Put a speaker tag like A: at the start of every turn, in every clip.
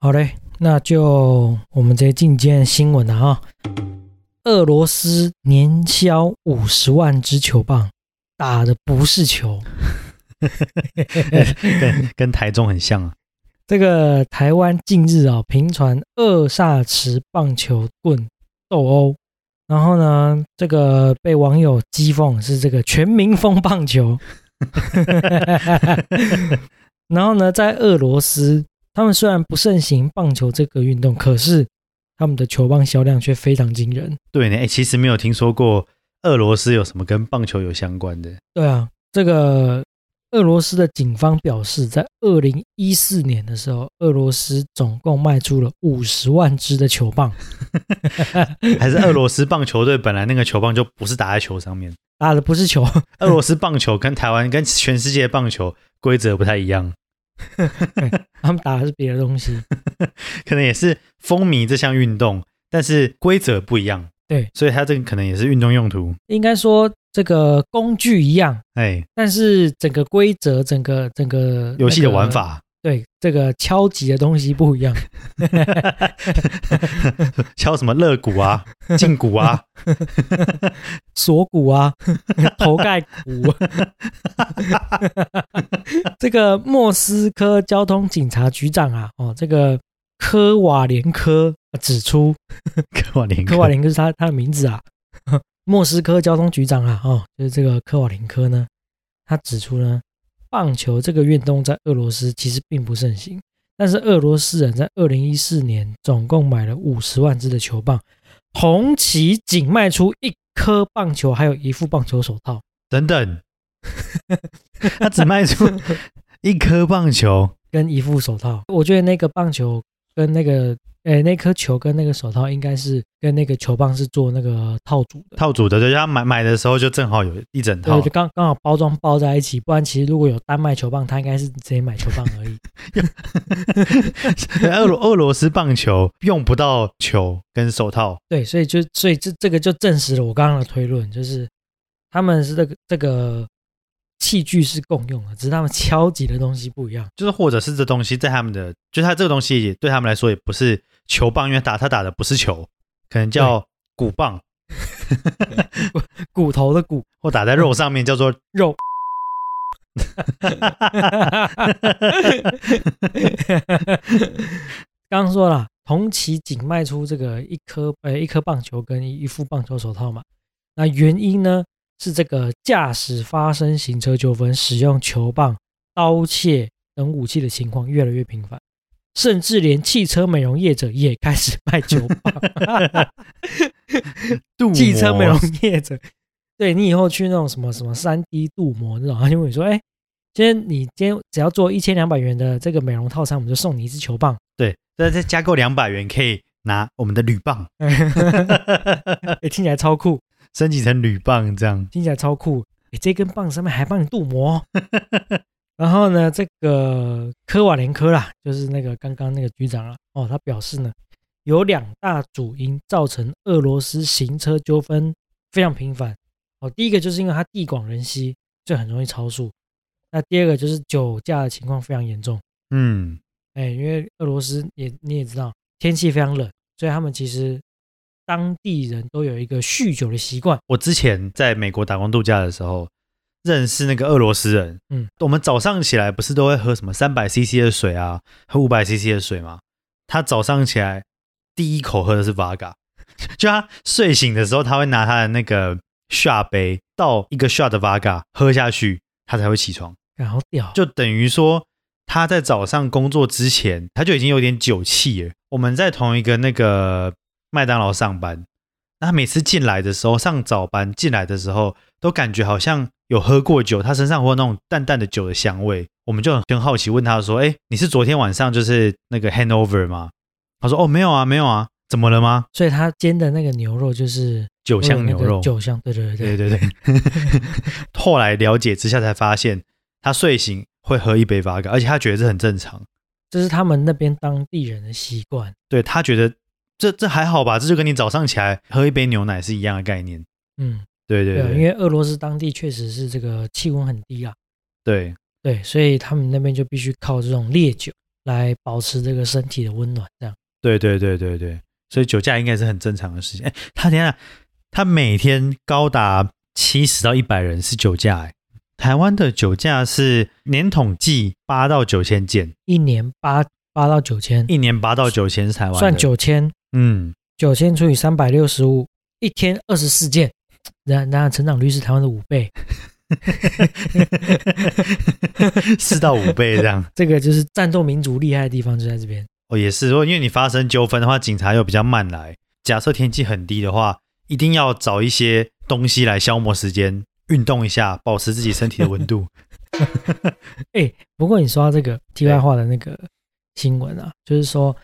A: 好嘞，那就我们直接进今天的新闻了哈。俄罗斯年销五十万支球棒，打的不是球。
B: 跟跟台中很像啊。
A: 这个台湾近日啊、频传二煞池棒球棍斗殴，然后呢，这个被网友讥讽是这个全民风棒球。 然后呢，在俄罗斯，他们虽然不盛行棒球这个运动，可是他们的球棒销量却非常惊人。
B: 对呢，哎，其实没有听说过俄罗斯有什么跟棒球有相关的。
A: 对啊，这个俄罗斯的警方表示，在二零一四年的时候，俄罗斯总共卖出了五十万支的球棒，
B: 还是俄罗斯棒球队本来那个球棒就不是打在球 上面，
A: 打的不是球，
B: 俄罗斯棒球跟台湾跟全世界棒球规则不太一样，
A: 他们打的是别的东西。
B: 可能也是风靡这项运动，但是规则不一样。
A: 对，
B: 所以它这个可能也是运动用途。
A: 应该说，这个工具一样，
B: 哎，
A: 但是整个规则、整个整个
B: 游戏的
A: 那个
B: 玩法，
A: 对这个敲击的东西不一 样，
B: 敲什么肋骨 啊、胫骨啊，
A: 锁骨啊， 头盖骨。 这个莫斯科交通警察局长啊，哦，这个科瓦连科指出，
B: 科瓦林
A: 科 瓦林科是他他的名字啊， 莫斯科交通局长啊，哦，就是这个科瓦林科呢，他指出呢，棒球这个运动在俄罗斯其实并不盛行，但是俄罗斯人在二零一四年总共买了五十万支的球棒，同期仅卖出一颗棒球，还有一副棒球手套。
B: 等等，他只卖出一颗棒球，
A: 跟一副手套。我觉得那个棒球跟那个，诶、那颗球跟那个手套应该是跟那个球棒是做那个套组的，
B: 套组的，就是他买买的时候就正好有一整
A: 对，
B: 套
A: 就，刚刚好包装包在一起。不然其实如果有单卖球棒，他应该是直接买球棒而已。
B: 俄罗俄罗斯棒球用不到球跟手套，
A: 对，所以就所以这这个就证实了我刚刚的推论，就是他们是这个这个器具是共用的，只是他们敲击的东西不一样。
B: 就是或者是这东西在他们的，就是他这个东西也对他们来说也不是球棒，因为打他打的不是球，可能叫骨棒，
A: 骨头的骨
B: 或打在肉上面叫做，
A: 肉。 刚刚说了，同期仅卖出这个一颗呃一颗棒球跟一一副棒球手套嘛。那原因呢是这个驾驶发生行车纠纷，使用球棒、刀切等武器的情况越来越频繁，甚至连汽车美容业者也开始卖球棒。
B: 镀 膜
A: 汽车美容业者，对你以后去那种什么什么三 D 镀膜那种，他就问你说，哎、今天你今天只要做一千两百元的这个美容套餐，我们就送你一支球棒。
B: 对，再再加购两百元可以拿我们的铝棒，
A: 哎、听起来超酷，
B: 升级成铝棒这样。
A: 听起来超酷。哎、这根棒上面还帮你镀膜哦。 然后呢，这个科瓦连科啦，就是那个刚刚那个局长啊，哦，他表示呢，有两大主因造成俄罗斯行车纠纷非常频繁。哦，第一个就是因为它地广人稀，就很容易超速。那第二个就是酒驾的情况非常严重。
B: 嗯，
A: 哎，因为俄罗斯也你也知道，天气非常冷，所以他们其实当地人都有一个酗酒的习惯。
B: 我之前在美国打工度假的时候，认识那个俄罗斯人。
A: 嗯，
B: 我们早上起来不是都会喝什么三百 CC 的水啊，喝五百 CC 的水吗？他早上起来第一口喝的是 Vaga，就 他睡醒的时候，他会拿他的那个 shot 杯倒一个 shot 的 Vaga 喝下去，他才会起床。
A: 然后屌，
B: 就等于说他在早上工作之前，他就已经有点酒气了。我们在同一个那个麦当劳上班，那他每次进来的时候，上早班进来的时候，都感觉好像有喝过酒，他身上会有那种淡淡的酒的香味。我们就很好奇问他说：“哎，你是昨天晚上就是那个 hangover 吗？”他说：“哦，没有啊，没有啊，怎么了吗
A: 所以他煎的那个牛肉就是？”
B: 酒
A: 会有
B: 香
A: 嗯那
B: 牛
A: 个
B: 肉，
A: 酒香，对对对
B: 对
A: 对，
B: 对对。 后来了解之下才发现，他睡醒会喝一杯 v 嘎，而且他觉得这很正常。
A: 这是他们那边当地人的习惯。
B: 对他觉得这这还好吧，这就跟你早上起来喝一杯牛奶是一样的概念。
A: 嗯，
B: 对对
A: 对啊，
B: 对
A: 因为俄罗斯当地确实是这个气温很低啊，
B: 对，
A: 对，所以他们那边就必须靠这种烈酒。来保持这个身体的温暖。这样，
B: 对对对对对，所以酒驾应该是很正常的事情。哎，他等一下，他每天高达七十到一百人是酒驾，哎，台湾的酒驾是年统计八到九千件，
A: 一年八八到九千，
B: 一年八到九千是台湾的
A: 算，九千，
B: 嗯，
A: 九千除以三百六十五，一天二十四件，那那成长率是台湾的五 倍，
B: 四到五倍这样。
A: 这个就是战斗民族厉害的地方就在这边。
B: 哦，也是，如果因为你发生纠纷的话，警察又比较慢来。假设天气很低的话，一定要找一些东西来消磨时间，运动一下，保持自己身体的温度。
A: 不过你说到这个题外话的那个新闻啊，就是说，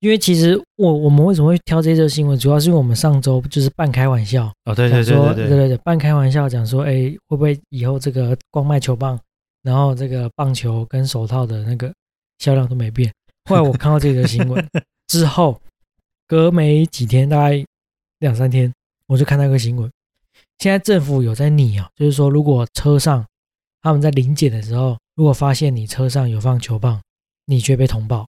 A: 因为其实我我们为什么会挑这则新闻，主要是因为我们上周就是半开玩笑，
B: 哦，对
A: 讲
B: 对对
A: 说
B: 对
A: 对
B: 对
A: 对对，半开玩笑讲说，哎，会不会以后这个光卖球棒，然后这个棒球跟手套的那个销量都没变？后来我看到这则新 闻之后，隔没几天，大概两三天，我就看到一个新闻，现在政府有在拟啊，就是说如果车上他们在临检的时候，如果发现你车上有放球棒，你却被通报。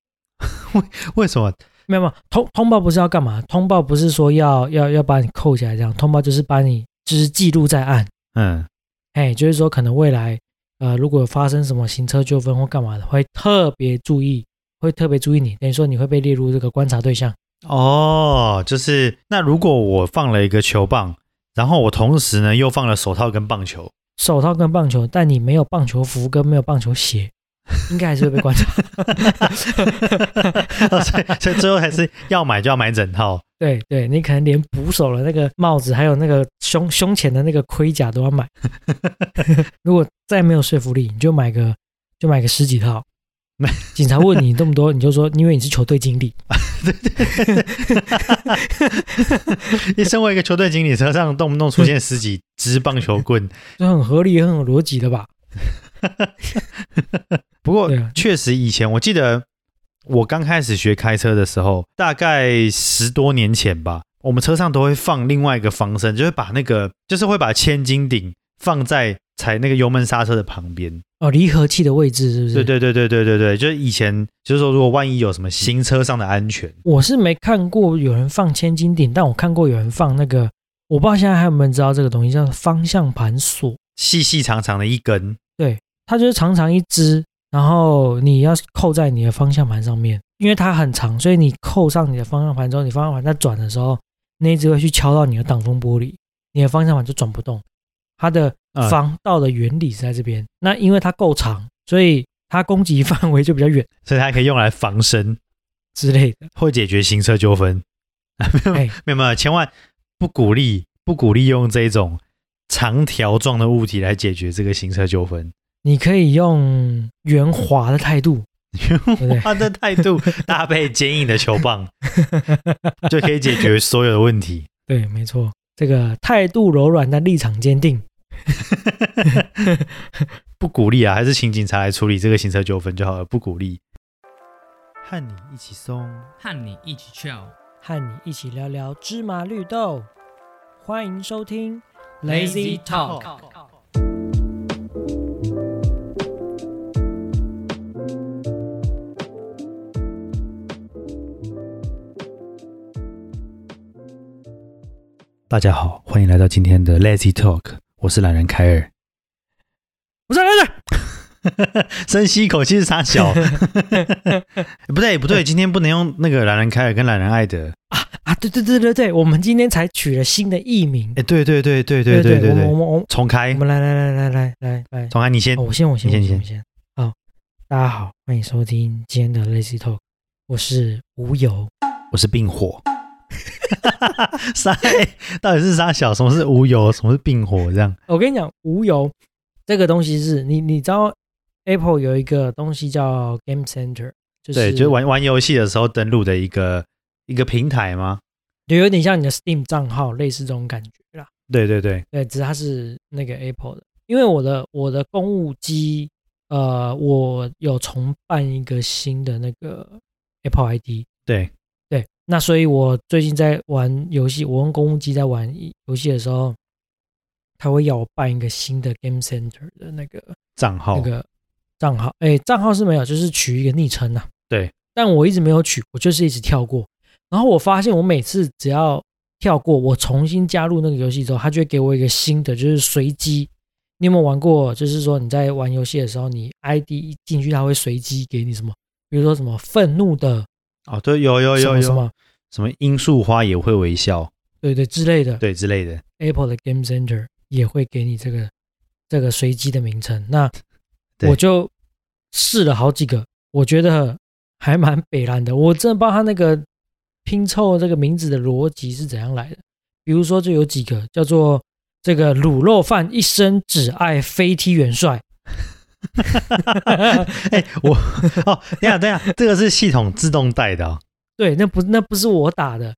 B: 为什么？
A: 没有没有通通报不是要干嘛？通报不是说要要要把你扣起来这样，通报就是把你就是记录在案，
B: 嗯，
A: 哎，就是说可能未来呃如果发生什么行车纠纷或干嘛的，会特别注意，会特别注意你，等于说你会被列入这个观察对象。
B: 哦，就是那如果我放了一个球棒，然后我同时呢又放了手套跟棒球，
A: 手套跟棒球，但你没有棒球服跟没有棒球鞋，应该还是会被观察。
B: 哦所以所以最后还是要买就要买整套。
A: 对对，你可能连捕手的那个帽子，还有那个胸胸前的那个盔甲都要 买。如果再没有说服力，你就买个就买个十几套。警察问你这么多，你就说因为你是球队经 理。
B: 你身为一个球队经理，车上动不动出现十几支棒球棍，
A: 这很合理，也很有逻辑的吧？
B: 不过
A: 对啊
B: 确实，以前我记得我刚开始学开车的时候，大概十多年前吧，我们车上都会放另外一个防身，就是把那个就是会把千斤顶放在踩那个油门刹车的旁边。
A: 哦，离合器的位置是不是？
B: 对，对对对对对对，就是以前就是说，如果万一有什么新车上的安全，
A: 我是没看过有人放千斤顶，但我看过有人放那个，我不知道现在还有没有人知道这个东西叫方向盘锁，
B: 细细长长的一根，
A: 它就是长长一支，然后你要扣在你的方向盘上面，因为它很长，所以你扣上你的方向盘之后，你方向盘在转的时候，那一只会去敲到你的挡风玻璃，你的方向盘就转不动。它的
B: 嗯
A: 防盗的原理是在这边，那因为它够长，所以它攻击范围就比较远
B: 所以它可以用来防身，
A: 之类的。
B: 会解决行车纠纷。
A: 哎，
B: 没有没有，千万不鼓励不鼓励用这种长条状的物体来解决这个行车纠纷。
A: 你可以用圆滑的态度，对不对？
B: 他的态度搭配坚硬的球棒，就可以解决所有的问题。
A: 对，没错，这个态度柔软但立场坚定。
B: 不鼓励啊，还是请警察来处理这个行车纠纷就好了。不鼓励，和你一起松。
C: 和你一起 chill。
A: 和你一起聊聊芝麻绿豆。欢迎收听
C: Lazy Talk。
B: 大家好，欢迎来到今天的 Lazy Talk，我是懒人凯尔。
A: 我是来来，
B: 深吸一口气是傻小，不对不对，今天不能用那个懒人凯尔跟懒人艾德。
A: 啊，对对对对对，我们今天才取了新的艺名。
B: 哎，对对对对对
A: 对
B: 对对
A: 我们
B: 对，
A: 我们我们
B: 重开
A: 我们来来来来来来来，
B: 重开，你先
A: 哦，我先我先
B: 你
A: 我
B: 先
A: 先
B: 你
A: 我先。好，大家好，欢迎收听今天的 Lazy Talk，我是无油。
B: 我是病火。 杀、欸到底是杀小？什么是无油？什么是病火？这样
A: 我跟你讲，无油这个东西是你你知道 Apple 有一个东西叫 Game Center，就是
B: 对，就是玩玩游戏的时候登录的一个一个平台吗？
A: 就有点像你的 Steam 账号，类似这种感觉啦。
B: 对对对，
A: 对，只是它是那个 Apple 的，因为我的我的公务机，呃，我有重办一个新的那个 Apple ID。
B: 对
A: 对，那所以我最近在玩游戏，我用公务机在玩游戏的时候，他会要我办一个新的 Game Center 的那个
B: 账号、
A: 那个账号，哎，账号是没有，就是取一个昵称呐、
B: 对，
A: 但我一直没有取，我就是一直跳过。然后我发现，我每次只要跳过，我重新加入那个游戏之后，它就会给我一个新的，就是随机。你有没有玩过？就是说你在玩游戏的时候，你 ID 一进去，它会随机给你什么？比如说什么愤怒的
B: 哦，对，有有
A: 什
B: 有
A: 么
B: 有
A: 什么，
B: 什么罂粟花也会微笑，
A: 对对之类的。
B: 对之 类的，
A: Apple 的 Game Center 也会给你这个这个随机的名称。那
B: 对
A: 我就试了好几个，我觉得还蛮北蓝的。我真的不知道他那个拼凑这个名字的逻辑是怎样来的。比如说，就有几个叫做这个卤肉饭一生只爱飞踢元帅，
B: 哎、我哦，等一下等一下，这个是系统自动带的、哦，
A: 对，那不那不是我打的，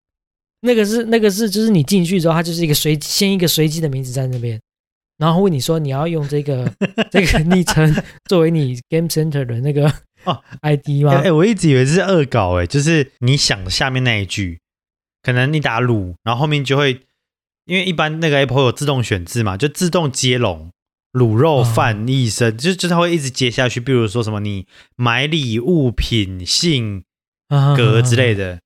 A: 那个是那个是就是你进去之后，它就是一个随先一个随机的名字在那边，然后问你说你要用这 个这个昵称作为你 Game Center 的那个
B: 哦
A: ID
B: 哎、
A: 吗？
B: 哎我一直以为是恶搞、哎，就是你想下面那一句，可能你打鲁，然后后面就会，因为一般那个 Apple 有自动选字嘛，就自动接龙，卤肉饭一生，就就它会一直接下去，比如说什么你买礼物品性
A: 啊
B: 格之类
A: 的。
B: 的，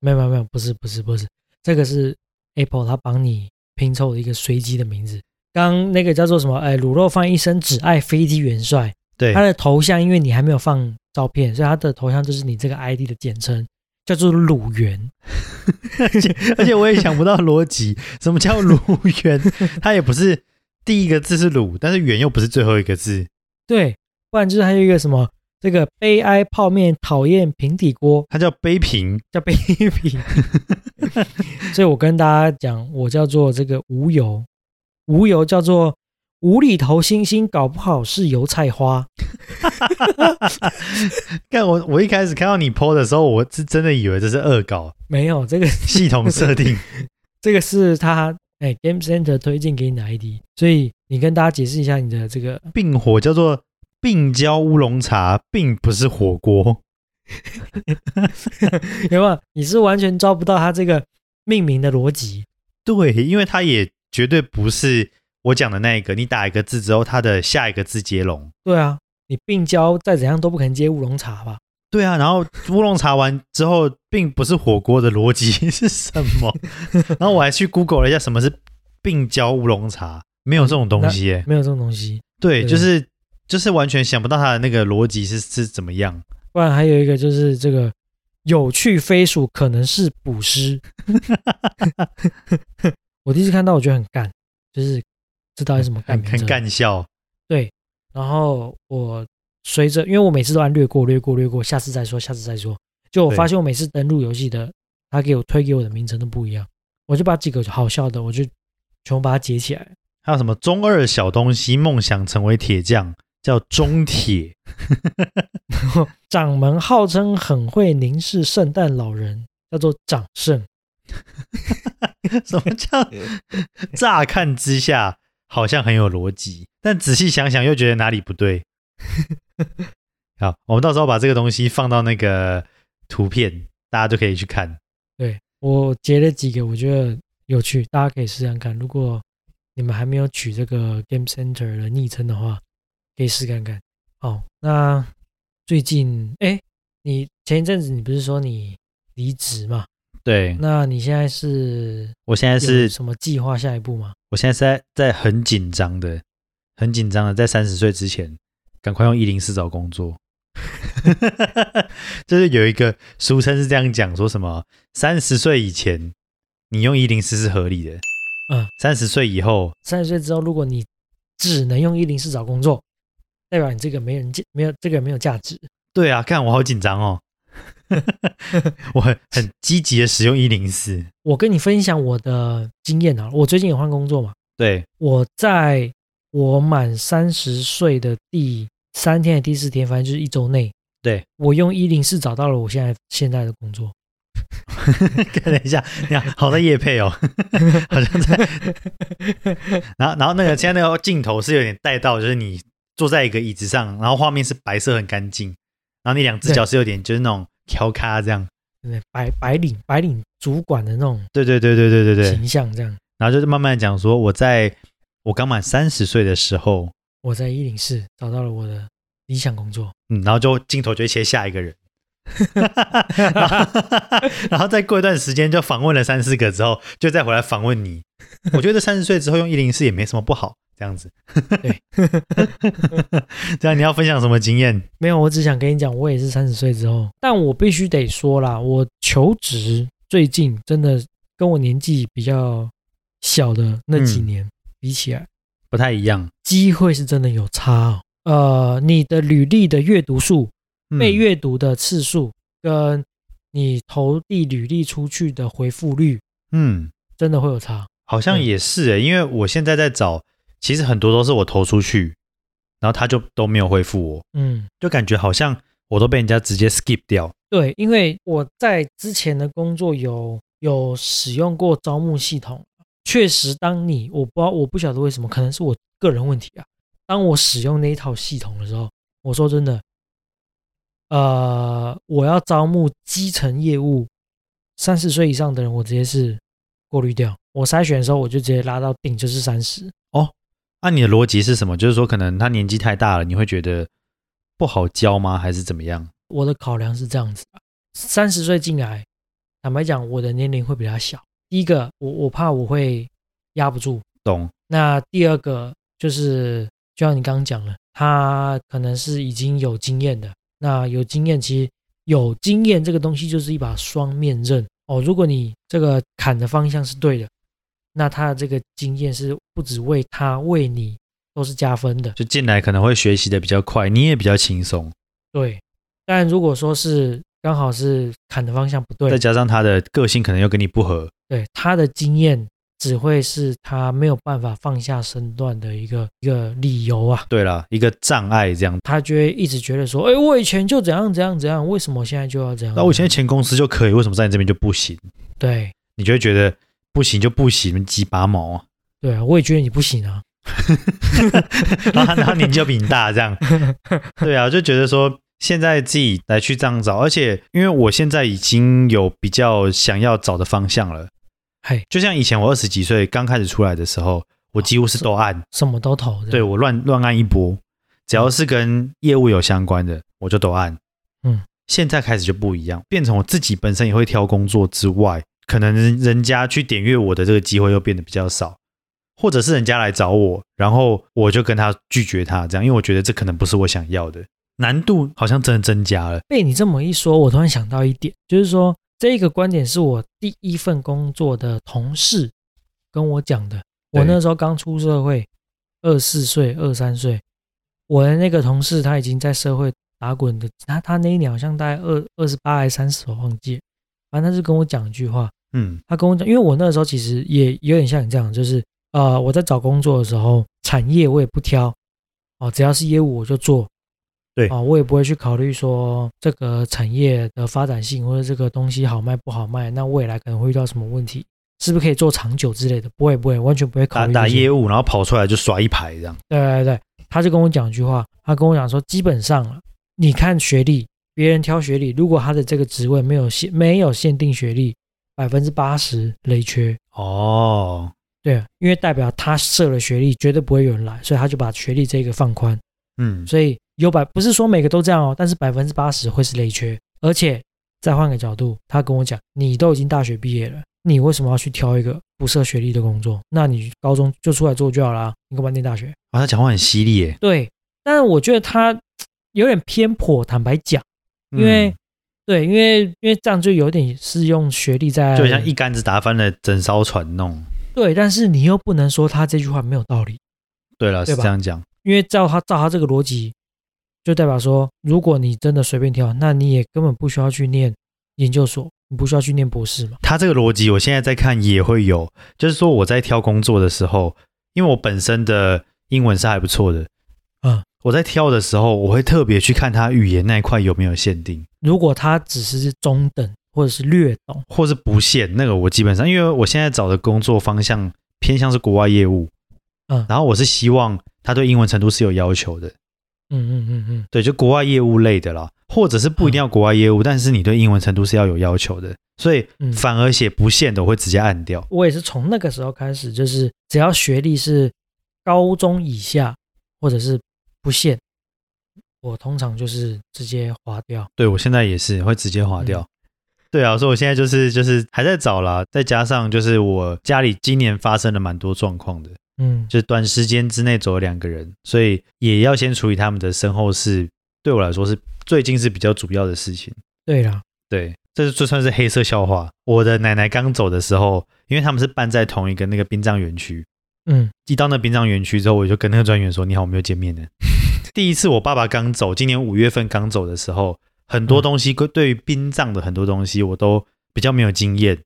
A: 没有没有没有，不是不是不是，这个是 Apple 它帮你拼凑的一个随机的名字。刚那个叫做什么？哎，卤肉饭一生只爱飞机元帅，
B: 对
A: 他，的头像，因为你还没有放照片，所以他的头像就是你这个 ID 的简称，叫做卤源。
B: 而且我也想不到逻辑，什么叫卤圆？ 它也不是第一个字是卤，但是圆又不是最后一个字。
A: 对，不然就是还有一个什么这个悲哀泡面讨厌平底锅
B: 它叫杯平，
A: 叫悲平，所以我跟大家讲，我叫做这个无油，无油叫做无厘头星星，搞不好是油菜花。
B: 看我，我一开始看到你 PO 的时候，我是真的以为这是恶搞
A: 没有，这个
B: 系统设定。
A: 这个是他哎 Game Center 推荐给你的 ID，所以你跟大家解释一下你的这个
B: 并火叫做病椒乌龙茶，并不是火 锅。
A: 有没有？你是完全抓不到他这个命名的逻辑。
B: 对，因为它也绝对不是我讲的那一个。你打一个字之后，它的下一个字接龙。
A: 对啊，你病娇再怎样都不可能接乌龙茶吧？
B: 对啊，然后乌龙茶完之后，并不是火锅的逻辑是什 么？然后我还去 Google 了一下什么是病椒乌龙茶，没有这种东西耶。
A: 没有这种东西。
B: 对，
A: 对
B: 就是就是完全想不到它的那个逻辑是是怎么样。
A: 不然还有一个就是这个有趣飞鼠可能是捕尸。我第一次看到，我觉得很干，就是这到底什么干
B: 很
A: 名
B: 很
A: 称。
B: 干笑，
A: 然后我随着，因为我每次都按略过、略过、略过，下次再说，下次再说。就我
B: 对
A: 发现我每次登录游戏的，他给我推给我的名称都不一样，我就把几个好笑的，我就全部把它截起来。
B: 还有什么中二小东西，梦想成为铁匠，叫中 铁，
A: 掌门号称很会凝视圣诞老人，叫做掌圣。
B: 什么 叫？乍看之下好像很有逻辑，但仔细想想又觉得哪里不 对。好，我们到时候把这个东西放到那个图片，大家就可以去看。
A: 对我截了几个，我觉得有趣，大家可以试试看。如果你们还没有取这个 Game Center 的昵称的话，可以试看看。好，那最近哎，你前一阵子你不是说你离职嘛？
B: 对，
A: 那你现在是
B: 我现在
A: 有
B: 是，
A: 什么计划下一步吗？
B: 我现在是在在很紧张的，很紧张的，在三十岁之前，赶快用一零四找工作。 就是有一个俗称是这样讲，说什么三十岁以前你用一零四是合理的，
A: 嗯，
B: 三十岁以后
A: 三十岁之后，如果你只能用一零四找工作，代表你这个没人价，没有这个人没有价值。
B: 对啊，看我好紧张哦， 我很很积极的使用一零四，
A: 我跟你分享我的经验啊，我最近也换工作嘛，
B: 对，
A: 我在我满三十岁的第三天、第四天，反正就是一周内，
B: 对
A: 我用一零四找到了我现在现在的工作。
B: 看了一下，你看，好在夜配哦， 好像在，然后然后那个现在那个镜头是有点带到，就是你坐在一个椅子上，然后画面是白色很干净，然后你两只脚是有点就是那种调咖这样，
A: 对，白白领白领主管的那种
B: 对对对对对对对，
A: 形象，这样
B: 然后就是慢慢讲说我在我刚满三十岁的时候，
A: 我在一零四找到了我的理想工作。
B: 嗯，然后就镜头就会切下一个人， 然后然后再过一段时间就访问了三四个之后，就再回来访问你。我觉得三十岁之后用一零四也没什么不好，这样子。
A: 对，
B: 这样你要分享什么经验？
A: 没有，我只想跟你讲，我也是三十岁之后，但我必须得说啦，我求职最近真的跟我年纪比较小的那几
B: 嗯
A: 年、比起来，
B: 不太一样，
A: 机会是真的有差哦。呃，你的履历的阅读数、
B: 嗯
A: 被阅读的次数，跟你投递履历出去的回复率，
B: 嗯，
A: 真的会有差。
B: 好像也是诶、因为我现在在找，其实很多都是我投出去，然后他就都没有回复我，
A: 嗯，
B: 就感觉好像我都被人家直接 skip 掉。
A: 对，因为我在之前的工作有有使用过招募系统，确实，当你我不知道我不晓得为什么，可能是我个人问题啊。当我使用那一套系统的时候，我说真的，呃，我要招募基层业务，三十岁以上的人，我直接是过滤掉。我筛选的时候，我就直接拉到顶就是三十，
B: 那、你的逻辑是什么？就是说，可能他年纪太大了，你会觉得不好教吗？还是怎么样？
A: 我的考量是这样子的：三十岁进来，坦白讲，我的年龄会比他小。第一个，我我怕我会压不住；
B: 懂？
A: 那第二个就是，就像你刚刚讲了，他可能是已经有经验的。那有经验，其实有经验这个东西就是一把双面刃哦。如果你这个砍的方向是对的，那他的这个经验是不只为他为你都是加分的。
B: 就进来可能会学习的比较快，你也比较轻松，
A: 对，但如果说是刚好是砍的方向不
B: 再
A: 对，
B: 加上他的个性可能又跟你不合，
A: 对他的经验只会是他没有办法放下身段的一个一个理由啊。
B: 对啦，一个障碍这样。
A: 他就会一直觉得说，哎，我以前就怎样怎样怎样，为什么我现在就要怎样？
B: 那我现在前公司就可以，为什么在你这边就不行？
A: 对
B: 你就会觉得不行就不行，鸡拔毛啊！
A: 对啊，我也觉得你不行啊。
B: 然后然后年纪又比你大，这样，对啊，就觉得说现在自己来去这样找，而且因为我现在已经有比较想要找的方向了，
A: 嘿，
B: 就像以前我二十几岁刚开始出来的时候，我几乎是都按，
A: 什么都投，
B: 对，我乱乱按一波，只要是跟业务有相关的，我就都按。
A: 嗯，
B: 现在开始就不一样，变成我自己本身也会挑工作之外，可能人人家去点阅我的这个机会又变得比较少，或者是人家来找我，然后我就跟他拒绝他这样，因为我觉得这可能不是我想要的。难度好像真的增加了，
A: 被你这么一说，我突然想到一点，就是说这个观点是我第一份工作的同事跟我讲的。我
B: 对
A: 那时候刚出社会，二四岁、二三岁，我的那个同事他已经在社会打滚的，他他那一年好像大概二二十八还是三十，我忘记了。反正他就跟我讲一句话，
B: 嗯，
A: 他跟我讲，因为我那时候其实也有点像你这样，就是呃，我在找工作的时候，产业我也不挑，哦，只要是业务我就做，
B: 对
A: 啊、我也不会去考虑说这个产业的发展性或者这个东西好卖不好卖，那未来可能会遇到什么问题，是不是可以做长久之类的，不会不会，完全不会考
B: 打
A: 虑
B: 打
A: 这些
B: 业务，然后跑出来就刷一排这样，
A: 对对对，他就跟我讲一句话，他跟我讲说，基本上啊，你看学历，别人挑学历，如果他的这个职位没有限没有限定学历，百分之八十雷缺。
B: 哦，
A: 对啊，因为代表他设了学历，绝对不会有人来，所以他就把学历这个放宽。
B: 嗯，
A: 所以有百不是说每个都这样哦，但是百分之八十会是雷缺。而且再换个角度，他跟我讲，你都已经大学毕业了，你为什么要去挑一个不设学历的工作？那你高中就出来做就好啦，你干嘛念大学？
B: 啊，他讲话很犀利耶，
A: 对，但是我觉得他有点偏颇，坦白讲，
B: 嗯
A: 因为、对，因为因为这样就有点是用学历在
B: 嗯就像一竿子打翻了整艘船弄。
A: 对，但是你又不能说他这句话没有道理。
B: 对了，
A: 对
B: 是
A: 吧
B: 这样讲，
A: 因为照他照他这个逻辑，就代表说，如果你真的随便挑，那你也根本不需要去念研究所，你不需要去念博士嘛。
B: 他这个逻辑，我现在在看也会有，就是说我在挑工作的时候，因为我本身的英文是还不错的，
A: 嗯，
B: 我在挑的时候，我会特别去看他语言那一块有没有限定，
A: 如果他只是中等或者是略懂，
B: 或是不限那个，我基本上因为我现在找的工作方向偏向是国外业务，
A: 嗯
B: 然后我是希望他对英文程度是有要求的，
A: 嗯嗯嗯嗯，
B: 对，就国外业务类的啦，或者是不一定要国外业务，但是你对英文程度是要有要求的，所以
A: 嗯
B: 反而写不限的，我会直接按掉。
A: 我也是从那个时候开始，就是只要学历是高中以下或者是不限，我通常就是直接划掉。
B: 对我现在也是会直接划掉。 对啊，所以我现在就是就是还在找啦，再加上就是我家里今年发生了蛮多状况的，
A: 嗯，
B: 就是短时间之内走了两个人，所以也要先处理他们的身后事，对我来说是最近是比较主要的事情。
A: 对啦，
B: 对，这是这算是黑色笑话。我的奶奶刚走的时候，因为他们是办在同一个那个殡葬园区，
A: 嗯，
B: 一到那殡葬园区之后，我就跟那个专员说：“你好，我们又见面 了。”第一次我爸爸刚走，今年五月份刚走的时候，很
A: 嗯
B: 多东西、对于殡葬的很多东西我都比较没有经验，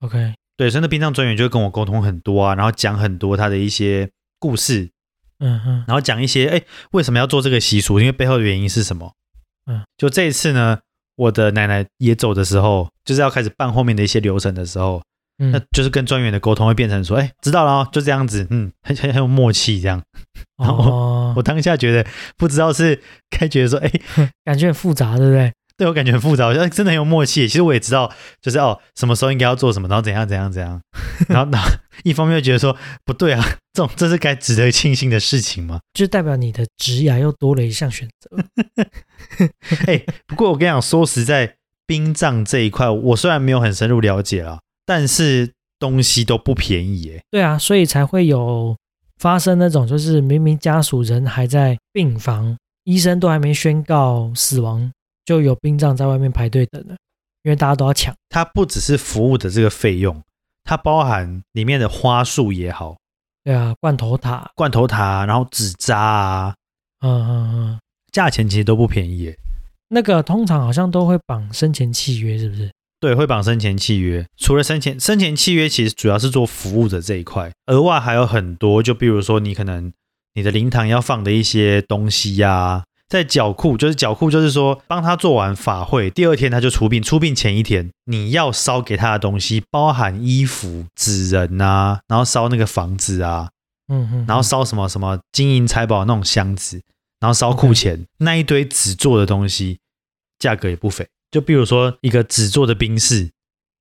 A: ，OK，
B: 对，所以那殡葬专员就会跟我沟通很多啊，然后讲很多他的一些故事，
A: 嗯哼，
B: 然后讲一些哎为什么要做这个习俗，因为背后的原因是什么。
A: 嗯，
B: 就这一次呢，我的奶奶也走的时候，就是要开始办后面的一些流程的时候，
A: 嗯
B: 那就是跟专员的沟通会变成说，哎，知道了、哦，就这样子，嗯，很很很有默契这样。然后
A: 哦
B: 我，当下觉得不知道是该觉得说，哎，
A: 感觉很复杂，对不对？
B: 对我感觉很复杂，我觉得哎真的很有默契。其实我也知道，就是哦，什么时候应该要做什么，然后怎样怎样怎样。 然后，然后一方面又觉得说不对啊， 这种这是该值得庆幸的事情吗？
A: 就代表你的职涯又多了一项选择。
B: 哎、不过我跟你讲，说实在，殡葬这一块，我虽然没有很深入了解啦，但是东西都不便宜耶、
A: 对啊，所以才会有发生那种，就是明明家属人还在病房，医生都还没宣告死亡，就有殡葬在外面排队等了，因为大家都要抢。
B: 它不只是服务的这个费用，它包含里面的花束也好，
A: 对啊，罐头塔，
B: 罐头塔啊，然后纸扎啊，
A: 嗯嗯嗯，
B: 价钱其实都不便宜耶、
A: 那个通常好像都会绑生前契约，是不是？
B: 对，会绑生前契约。除了生前生前契约，其实主要是做服务的这一块，额外还有很多，就比如说你可能你的灵堂要放的一些东西呀、在缴库，就是缴库，就是说帮他做完法会，第二天他就出殡，出殡前一天你要烧给他的东西，包含衣服、纸人啊，然后烧那个房子啊，
A: 嗯嗯，
B: 然后烧什么什么金银财宝那种箱子，然后烧库钱那一堆纸做的东西，价格也不菲。就比如说一个纸做的冰室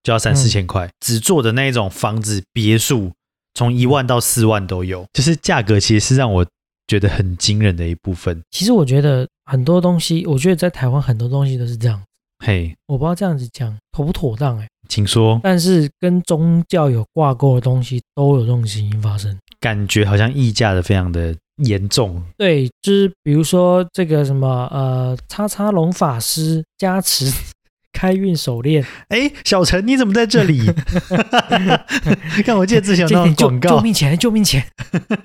B: 就要三
A: 嗯
B: 四千块，纸做的那一种房子别墅，从一万到四万都有，就是价格其实是让我觉得很惊人的一部分。
A: 其实我觉得很多东西，我觉得在台湾很多东西都是这样，
B: 嘿，
A: 我不知道这样子讲妥不妥当哎、
B: 请说，
A: 但是跟宗教有挂钩的东西都有这种情形发生。
B: 感觉好像溢价的非常的严重。
A: 对，就是比如说这个什么呃，叉叉龙法师加持开运手链，
B: 哎，小陈你怎么在这里？ 看我记得之 前有
A: 这
B: 那
A: 点
B: 种
A: 救
B: 广
A: 救
B: 告，
A: 命钱，救命钱！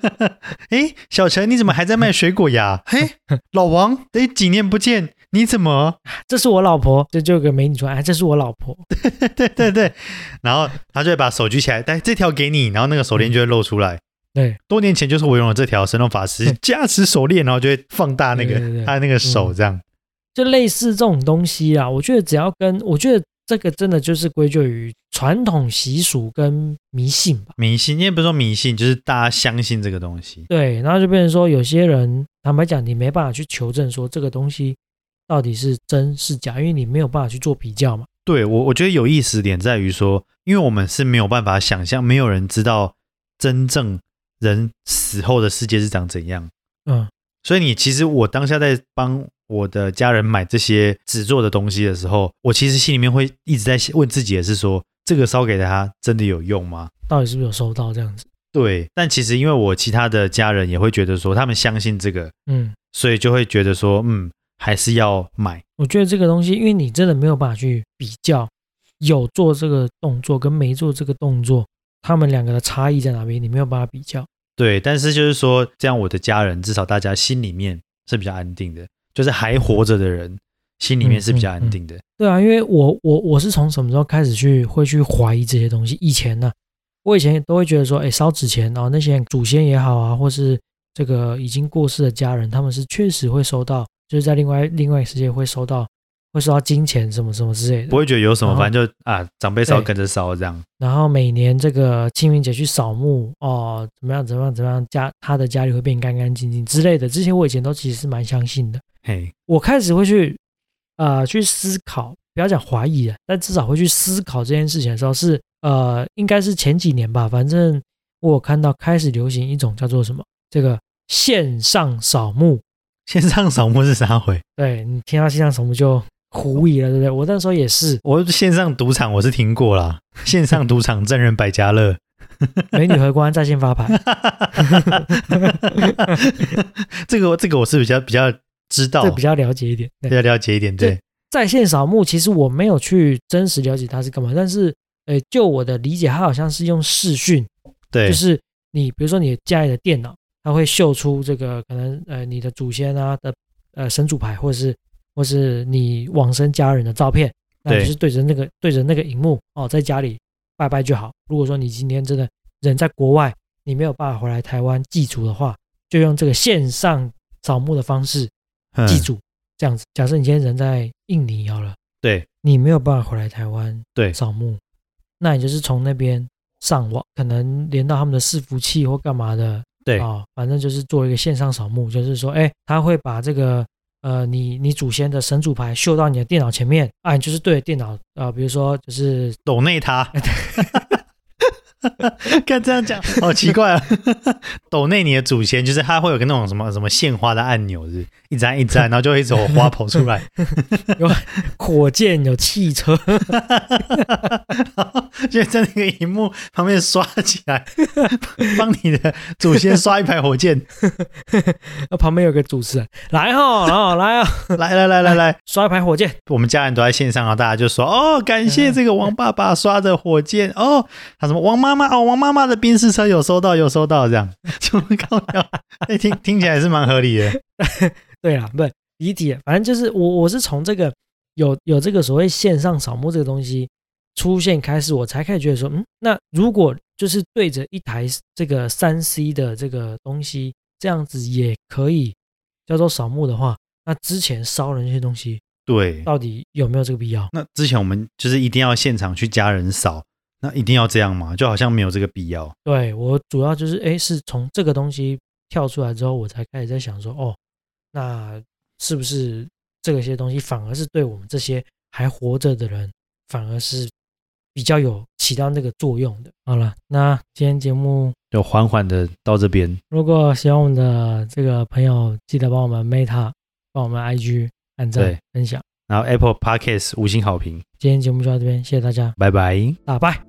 B: 哎，小陈，你怎么还在卖水果 呀？嘿，老 王，哎，几年不见，你怎么？
A: 这是我老婆，这就有个美女说，哎，这是我老婆。
B: 对对对，然后他就会把手举起来，来这条给你，然后那个手链就会露出来。
A: 对，
B: 多年前就是我拥有这条神龙法师加持手链，然后就会放大
A: 对
B: 那
A: 对
B: 个
A: 对
B: 他那个手
A: 嗯
B: 这样。
A: 就类似这种东西啊，我觉得只要跟，我觉得这个真的就是归咎于传统习俗跟迷信吧。
B: 迷信，因为不是说迷信，就是大家相信这个东西。
A: 对，然后就变成说，有些人坦白讲，你没办法去求证说这个东西到底是真是假，因为你没有办法去做比较嘛。
B: 对我，我觉得有意思的点在于说，因为我们是没有办法想象，没有人知道真正人死后的世界是长怎样。
A: 嗯，
B: 所以你其实我当下在帮我的家人买这些纸做的东西的时候，我其实心里面会一直在问自己，也是说这个烧给他真的有用吗？
A: 到底是不是有收到这样子？
B: 对，但其实因为我其他的家人也会觉得说他们相信这个，
A: 嗯，
B: 所以就会觉得说，嗯，还是要买。
A: 我觉得这个东西，因为你真的没有办法去比较，有做这个动作跟没做这个动作，他们两个的差异在哪边，你没有办法比较。
B: 对，但是就是说，这样我的家人至少大家心里面是比较安定的，就是还活着的人心里面是比较安定的。
A: 对啊，因为我我我是从什么时候开始去会去怀疑这些东西？以前呢、我以前都会觉得说，哎，烧纸钱哦，那些祖先也好啊，或是这个已经过世的家人，他们是确实会收到，就是在另外另外世界会收到，会收到金钱什么什么之类的
B: 不。会觉得有什么，
A: 然后
B: 反正就啊，长辈烧
A: 对
B: 跟着烧这样。
A: 然后每年这个清明节去扫墓哦，怎么样怎么样怎么样，家他的家里会变干干净净之类的，这些我以前都其实是蛮相信的。
B: 嘿，
A: 我开始会去呃去思考，不要讲怀疑了，但至少会去思考这件事情的时候是呃，应该是前几年吧，反正我有看到开始流行一种叫做什么这个线上扫墓，
B: 线上扫墓是啥回？，
A: 对你听到线上扫墓就 狐疑了，对不对？我那时候也是
B: 我线上赌场我是听过 啦，线上赌场真人百家乐，
A: 美女荷官在线发牌，
B: 这个我这个我是比较比较知道，
A: 这比较了解一点。
B: 比
A: 对，
B: 较了解一点，对，
A: 在线扫墓其实我没有去真实了解它是干嘛，但是呃，就我的理解，它好像是用视讯，
B: 对，
A: 就是你比如说你家里的电脑，它会秀出这个可能呃你的祖先啊的呃神主牌，或是或是你往生家人的照片，那你
B: 对
A: 就是对着那个对着那个荧幕哦，在家里拜拜就好。如果说你今天真的人在国外，你没有办法回来台湾祭祖的话，就用这个线上扫墓的方式
B: 嗯
A: 祭祖，这样子。假设你今天人在印尼好了，
B: 对，
A: 你没有办法回来台湾
B: 对
A: 扫墓，那你就是从那边上网，可能连到他们的伺服器或干嘛的，
B: 对
A: 啊、反正就是做一个线上扫墓，就是说，哎，他会把这个呃你你祖先的神主牌秀到你的电脑前面，啊，你就是对着电脑啊、呃比如说就是
B: 抖内 他。 看这样讲，好奇怪啊！ 抖内你的祖先，就是他会有个那种什么什么献花的按钮，是不是一直按一 直按，然后就会一直有花跑出来，
A: 火箭有汽车，
B: 然后就在那个荧幕旁边刷起来，帮你的祖先刷一排火箭。
A: 那旁边有个主持人来哈，然后来啊，
B: 来来来来来，
A: 刷一排火箭，
B: 我们家人都在线上，然后大家就说：“哦，感谢这个王爸爸刷的火箭哦。”他什么王妈妈哦，王妈妈的宾士车有收到，有收到，这 样就搞笑。哎，听听起来是蛮合理的。
A: 对啦，不理解，反正就是我我是从这个有有这个所谓线上扫墓这个东西出现开始，我才开始觉得说，嗯，那如果就是对着一台这个三 C 的这个东西，这样子也可以叫做扫墓的话，那之前烧的那些东西
B: 对，
A: 到底有没有这个必要？
B: 那之前我们就是一定要现场去家人扫，那一定要这样吗？就好像没有这个必要。
A: 对我主要就是，哎，是从这个东西跳出来之后，我才开始在想说，哦，那是不是这个些东西反而是对我们这些还活着的人，反而是比较有起到那个作用的？好了，那今天节目
B: 就缓缓的到这边，
A: 如果喜欢我们的这个朋友，记得帮我们 Meta，帮我们 IG 按赞
B: 对
A: 分享。
B: 然后 Apple Podcast 五星好评，
A: 今天节目就到这边，谢谢大家，
B: 拜拜。
A: 打拜。